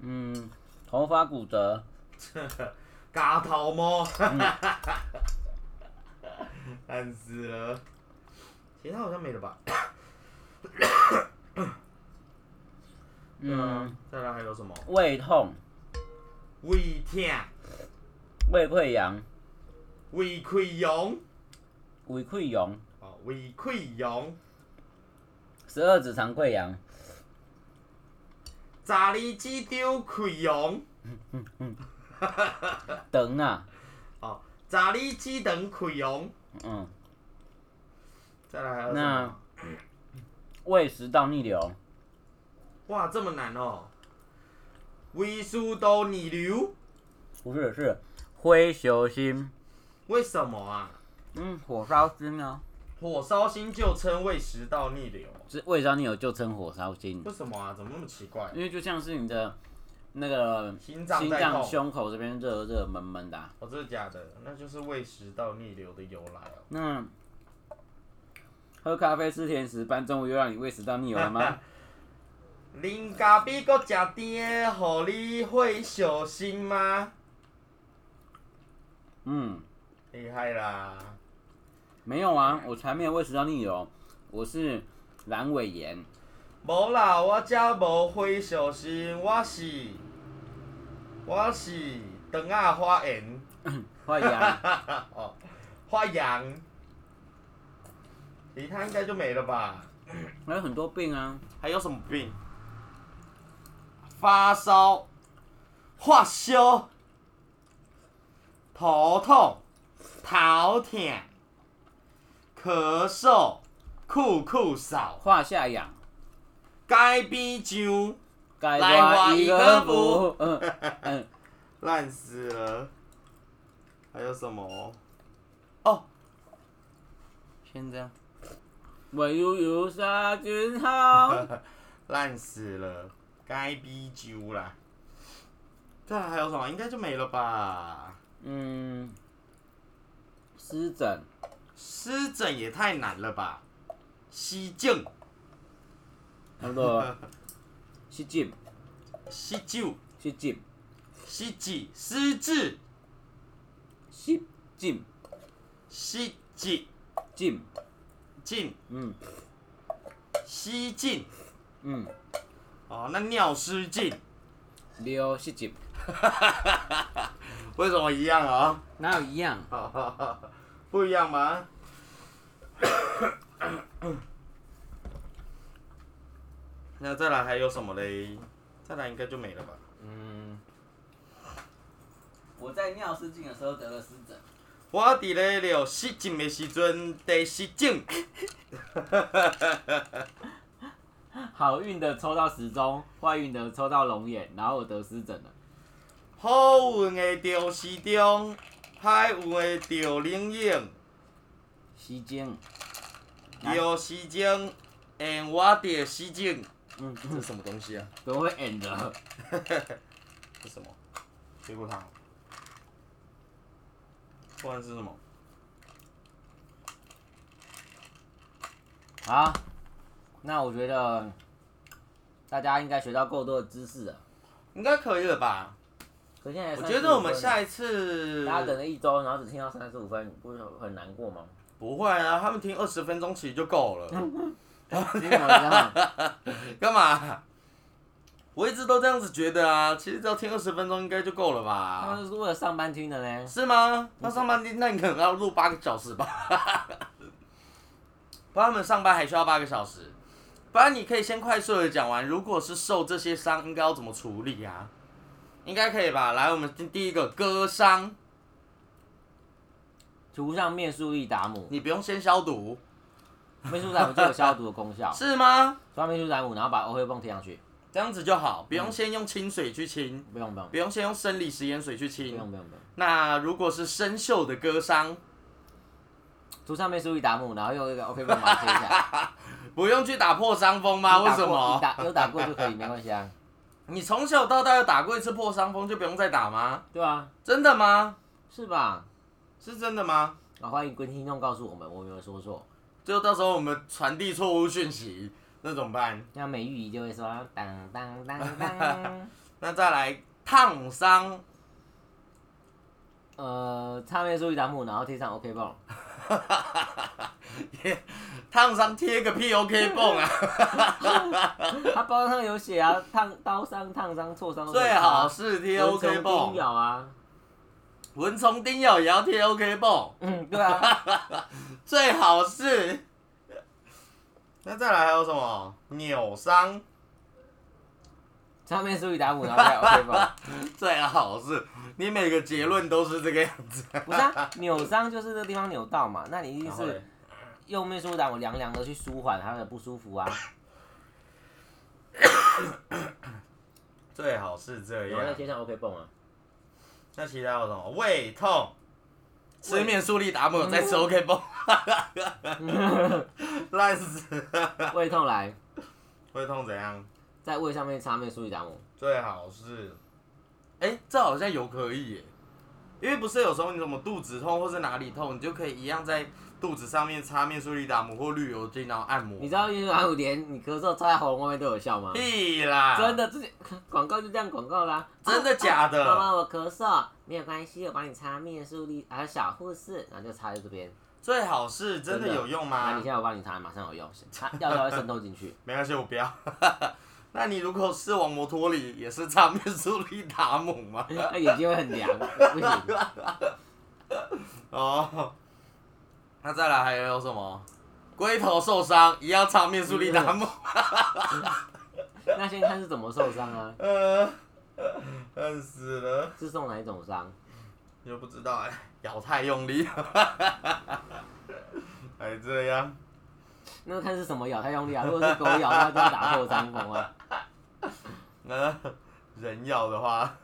Speaker 1: 嗯，头发骨折，
Speaker 2: 嘎头猫，
Speaker 1: 嗯
Speaker 2: *laughs* 烂死了。其他好像没了吧？对啊
Speaker 1: 嗯，。
Speaker 2: 再来还有什么？
Speaker 1: 胃痛，
Speaker 2: 胃痛、
Speaker 1: 胃溃疡，
Speaker 2: 胃溃疡，
Speaker 1: 胃溃疡，
Speaker 2: 哦，胃溃疡，
Speaker 1: 十二指肠溃疡，
Speaker 2: 查理基丢溃疡，
Speaker 1: 疼啊，
Speaker 2: 哦，查理基等溃疡。
Speaker 1: 嗯，
Speaker 2: 再来还有什么
Speaker 1: 那？胃食道逆流，
Speaker 2: 哇，这么难哦！微苏都逆流，
Speaker 1: 不是是灰球心，
Speaker 2: 为什么啊？
Speaker 1: 嗯，火烧心啊，
Speaker 2: 火烧心就称胃食道逆流，
Speaker 1: 是胃烧逆流就称火烧心，
Speaker 2: 为什么啊？怎么那么奇怪？
Speaker 1: 因为就像是你的那个
Speaker 2: 心脏
Speaker 1: 心
Speaker 2: 在
Speaker 1: 脏
Speaker 2: 痛，
Speaker 1: 胸口这边热热闷闷的啊、
Speaker 2: 哦，真的假的？那就是胃食道逆流的由来哦。
Speaker 1: 那喝咖啡吃甜食，搬重物又让你胃食道逆流了
Speaker 2: *laughs*
Speaker 1: 吗？
Speaker 2: 啉咖啡搁食甜的，互你会小心吗？
Speaker 1: 嗯，
Speaker 2: 厉害啦！
Speaker 1: 没有啊，我才没有胃食道逆流，我是阑尾炎。
Speaker 2: 无啦，我遮无会小心，我是我是肠仔发炎。
Speaker 1: 坏呀，
Speaker 2: 哦，花羊，其他应该就没了吧？
Speaker 1: 还有很多病啊，
Speaker 2: 还有什么病？发烧、发烧、头痛、头痛、咳嗽、酷酷嗽、
Speaker 1: 胯下痒，
Speaker 2: 街边上，
Speaker 1: 该
Speaker 2: 来
Speaker 1: 挖
Speaker 2: 挖
Speaker 1: 一
Speaker 2: 一
Speaker 1: 个
Speaker 2: 个
Speaker 1: 补
Speaker 2: 补。
Speaker 1: 嗯
Speaker 2: *laughs*
Speaker 1: 嗯，
Speaker 2: 烂死了。还有什么？哦，
Speaker 1: 先这样。唯有有杀菌
Speaker 2: *laughs*
Speaker 1: 好。
Speaker 2: *laughs* 烂死了，该逼揪啦。再来还有什么？应该就没了吧。
Speaker 1: 嗯，湿疹，
Speaker 2: 湿疹也太难了吧。湿疹、
Speaker 1: 那个湿疹，
Speaker 2: 湿疹、
Speaker 1: 湿疹，
Speaker 2: 湿疹、湿疹、
Speaker 1: 湿疹，
Speaker 2: 湿疹、
Speaker 1: 疹，
Speaker 2: 疹、
Speaker 1: 嗯
Speaker 2: 湿疹。
Speaker 1: 嗯，
Speaker 2: 哦，那尿失禁
Speaker 1: 流湿疹，
Speaker 2: 为什么一样啊、
Speaker 1: 哪有一样？
Speaker 2: 不一样吗？那再来还有什么嘞？再来应该就没了吧。
Speaker 1: 嗯，我在尿失禁的时候得了湿疹。
Speaker 2: 我伫咧了失禁的时阵，第失禁，
Speaker 3: 好运的抽到时钟，坏运的抽到龙眼，然后我得湿疹了。
Speaker 2: 好运的着时钟，歹运的着冷影，
Speaker 1: 湿疹，
Speaker 2: 有时间，and 我的时间，
Speaker 1: *laughs*
Speaker 3: 嗯，
Speaker 2: 这是什么东西啊？
Speaker 3: 怎么会 end？
Speaker 2: 这是什么？水果糖。不然是什么？
Speaker 3: 啊
Speaker 1: 好，嗯那我觉得大家应该学到够多的知识了。啊
Speaker 2: 应该可以了吧？
Speaker 1: 可现在
Speaker 2: 我觉得我们
Speaker 1: 下
Speaker 2: 下一次
Speaker 1: 大家等了一周，然后只听到三十五分，你不是很难过吗？
Speaker 2: 不会啊，他们听二十分钟其实就够
Speaker 1: *laughs*
Speaker 2: 了。
Speaker 1: 因为我这
Speaker 2: *laughs*
Speaker 1: 样
Speaker 2: 干嘛？我一直都这样子觉得啊，其实只要听二十分钟应该就够了
Speaker 1: 他
Speaker 2: 吧？
Speaker 1: 们是为了上班听的呢。
Speaker 2: 是吗？那上班那你可能要录八个小时吧？不然他们上班还需要八个小时。不然你可以先快速的讲完，如果是受这些伤，应该要怎么处理啊？应该可以吧？来，我们听第一个割伤，
Speaker 1: 涂上面素力达姆，
Speaker 2: 你不用先消毒，。
Speaker 1: 面素达姆就有消毒的功效
Speaker 2: 是吗？
Speaker 1: 涂上面素达姆，然后把欧黑泵贴上去。
Speaker 2: 这样子就好，不用先用清水去清，
Speaker 1: 不用不用
Speaker 2: 不用先用生理食盐水去
Speaker 1: 不
Speaker 2: 清
Speaker 1: 用。不用不用，
Speaker 2: 那如果是生锈的割伤，
Speaker 1: 涂上面素力达姆，然后用一个 OK 泵把它
Speaker 2: *laughs*
Speaker 1: 贴一下。
Speaker 2: 不用去打破伤风吗？
Speaker 1: 有
Speaker 2: 为
Speaker 1: 打
Speaker 2: 什
Speaker 1: 过有
Speaker 2: 么？
Speaker 1: 打有打过就可以，没关系啊。 *laughs*
Speaker 2: 你从小到大有打过一次破伤风，就不用再打吗？
Speaker 1: 对啊，
Speaker 2: 真的吗？
Speaker 1: 是吧？
Speaker 2: 是真的吗？
Speaker 1: 啊，欢迎跟听众告诉我们，我有没有说错？
Speaker 2: 就到时候我们传递错误讯息，那怎么办？
Speaker 1: 那美玉仪就会说当当当
Speaker 2: *laughs*
Speaker 1: 当。
Speaker 2: 那再来烫伤，
Speaker 1: 呃，擦面素力达姆，然后贴上 OK 泵，
Speaker 2: 烫伤贴个屁 OK 泵 *laughs* 啊！
Speaker 1: 它包装上有写啊，烫刀伤、烫伤、挫伤都可以
Speaker 2: 最
Speaker 1: 擦啊
Speaker 2: 好是贴
Speaker 1: 蚊
Speaker 2: OK
Speaker 1: 虫叮
Speaker 2: 泵，
Speaker 1: 咬啊，
Speaker 2: 蚊虫叮咬也要贴 OK 泵，
Speaker 1: 嗯，对啊， *laughs*
Speaker 2: 最好是。那再来还有什么？扭伤
Speaker 1: 上面是雨打五，然后再 OK
Speaker 2: *laughs*
Speaker 1: 吧？
Speaker 2: 最好是，你每个结论都是这个样子。
Speaker 1: 不是
Speaker 2: *laughs*
Speaker 1: 啊，扭伤就是这个地方扭到嘛，那你一定
Speaker 2: 然后嘞
Speaker 1: 是用面舒打我凉凉的去舒缓它的不舒
Speaker 2: *laughs*
Speaker 1: 服啊。
Speaker 2: 最好是这
Speaker 1: 然后再
Speaker 2: 样。
Speaker 1: 贴上 OK 泵啊，
Speaker 2: 那其他有什么？胃痛，吃面素力达
Speaker 1: 嗯
Speaker 2: 姆，再吃 OK
Speaker 1: *laughs*
Speaker 2: *laughs* 绷，烂死。
Speaker 1: 胃痛来，
Speaker 2: 胃痛怎样？
Speaker 1: 在胃上面擦面舒
Speaker 2: *laughs*
Speaker 1: 打我，
Speaker 2: 最好是，哎、这好像有可以耶，因为不是有时候你什么肚子痛或是哪里痛，你就可以一样在肚子上面擦面素力达姆或绿油精，然后按摩。
Speaker 1: 你知道面舒打我连你咳嗽插在喉咙外面都有效
Speaker 2: *laughs*
Speaker 1: 吗？
Speaker 2: 屁啦！
Speaker 1: 真的，之前广告就这样广告啦、
Speaker 2: 啊 *laughs*
Speaker 1: 啊
Speaker 2: 真的假的
Speaker 1: 妈妈，我咳嗽，没有关系，我帮你擦面舒力，还有小护士，然后就擦在这边。
Speaker 2: 最好是真的有用
Speaker 1: 那
Speaker 2: 吗
Speaker 1: 啊你现？在我帮你擦，马上有用，擦药膏会渗透进去。 *laughs*
Speaker 2: 没关系，我不要。 *laughs* 那你如果视网膜脱离，也是擦面素力达姆吗？ *laughs*
Speaker 1: 那眼睛会很凉，不行。
Speaker 2: 哦，那再来还有什么？龟头受伤一样擦面素力达姆，
Speaker 1: *laughs* 那先看是怎么受伤啊？
Speaker 2: *laughs* 呃， *laughs* 恨死了，
Speaker 1: 是受哪一种伤？
Speaker 2: 又不知道哎、咬太用力， *laughs* 还这样，
Speaker 1: 那看是什么咬太用力啊？如果是狗咬，那就要打破伤风啊。
Speaker 2: 呃，人咬的话，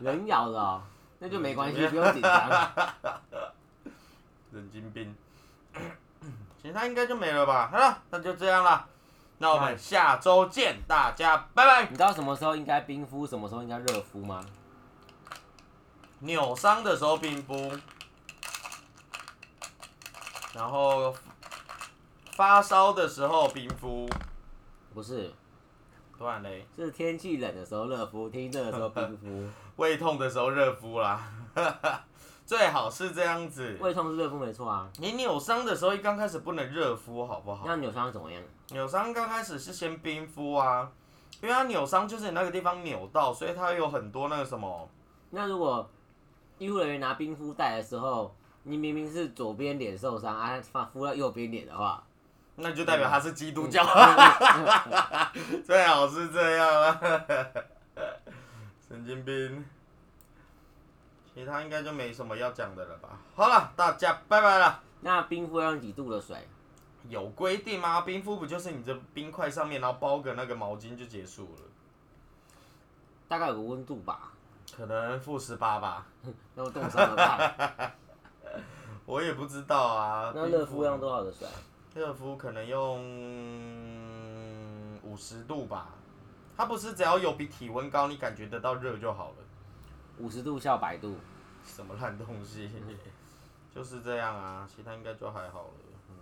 Speaker 1: 人咬的、哦，那就没关系，不用紧张。
Speaker 2: 神经病， *coughs* 其他应该就没了吧？好了，那就这样啦，那我们下周见，大家拜拜
Speaker 1: *laughs* 你。知道什么时候应该冰敷，什么时候应该热敷吗？
Speaker 2: 扭伤的时候冰敷，然后发烧的时候冰敷，
Speaker 1: 不是，
Speaker 2: 不然嘞，
Speaker 1: 是天气冷的时候热敷，天气热的时候冰敷。
Speaker 2: 胃痛的时候热敷啦， *laughs* 最好是这样子。
Speaker 1: 胃痛是热敷没错啊。
Speaker 2: 你扭伤的时候，一刚开始不能热敷，好不好
Speaker 1: 那？扭伤怎么样？
Speaker 2: 扭伤刚开始是先冰敷啊，因为它扭伤就是你那个地方扭到，所以它有很多那个什么，
Speaker 1: 那如果医护人员拿冰敷袋的时候，你明明是左边脸受伤啊，放敷到右边脸的话，
Speaker 2: 那就代表它是基督教。 *laughs* 最好是这样啊，神经病。其他应该就没什么要讲的了吧？好了，大家拜拜了。
Speaker 1: 那冰敷要用几度的水？
Speaker 2: 有规定吗？冰敷不就是你这冰块上面，然后包个那个毛巾就结束了？
Speaker 1: 大概有个温度吧。
Speaker 2: 可能负十八吧，
Speaker 1: 那我冻伤了吧？
Speaker 2: 我也不知道啊。啊
Speaker 1: 那热敷要用多少的水？
Speaker 2: 热敷可能用五十度吧，它不是只要有比体温高你感觉得到热就好了，
Speaker 1: 五十度笑百度，
Speaker 2: 什么烂东西， *laughs* 就是这样啊，其他应该就还好了。嗯，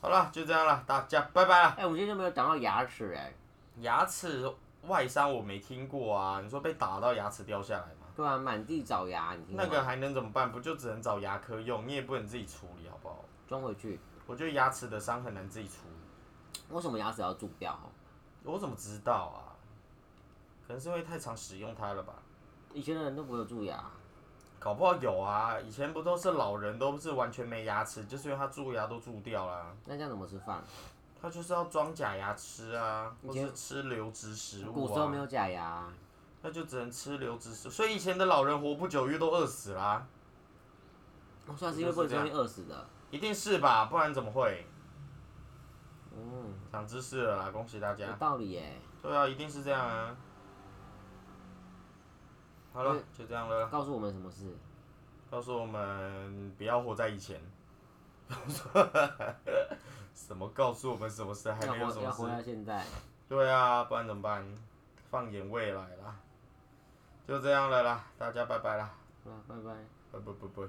Speaker 2: 好了，就这样了，大家拜拜了。
Speaker 1: 哎、我们今天就没有讲到牙齿哎、
Speaker 2: 牙齿外伤我没听过啊，你说被打到牙齿掉下来吗？
Speaker 1: 对啊，满地找牙，你听
Speaker 2: 那
Speaker 1: 过
Speaker 2: 个
Speaker 1: 吗？
Speaker 2: 还能怎么办？不就只能找牙科用，你也不能自己处理，好不好？
Speaker 1: 装回去，
Speaker 2: 我觉得牙齿的伤很难自己处理，
Speaker 1: 为什么牙齿要蛀掉？哦
Speaker 2: 我怎么知道啊？可能是因为太常使用它了吧？
Speaker 1: 以前的人都不会有蛀牙，
Speaker 2: 搞不好有啊，以前不都是老人都是完全没牙齿，就是因为他蛀牙都蛀掉啦。
Speaker 1: 那这样怎么吃饭？
Speaker 2: 他就是要装假牙吃啊，
Speaker 1: 以
Speaker 2: 或
Speaker 1: 前
Speaker 2: 是吃流质食
Speaker 1: 古
Speaker 2: 物
Speaker 1: 时候没
Speaker 2: 啊，
Speaker 1: 有假牙，
Speaker 2: 那就只能吃流质食物。所以以前的老人活不久，因为都饿死啦、哦
Speaker 1: 我算是因为不能吃东西饿死的。
Speaker 2: 一定是吧？不然怎么会？
Speaker 1: 嗯，
Speaker 2: 长知识了啦，恭喜大
Speaker 1: 有
Speaker 2: 家！
Speaker 1: 道理耶、
Speaker 2: 对啊，一定是这样啊。好了，就这样了。
Speaker 1: 告诉我们什么事？
Speaker 2: 告诉我们不要活在以前。 *laughs* 什么告诉我们什么事？还
Speaker 1: 要
Speaker 2: 没有什
Speaker 1: 活
Speaker 2: 么
Speaker 1: 要活
Speaker 2: 事。
Speaker 1: 到现在，
Speaker 2: 对啊，不然怎么办？放眼未来啦。就这样了啦，大家拜拜啦，
Speaker 1: 啊，拜拜。
Speaker 2: 拜拜拜拜。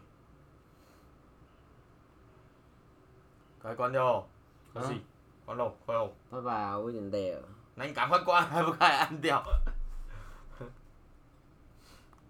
Speaker 2: 快关掉哦，可惜，关喽，快哦。
Speaker 1: 拜拜啊，我有点累了。
Speaker 2: 那你赶快关，还不快按掉？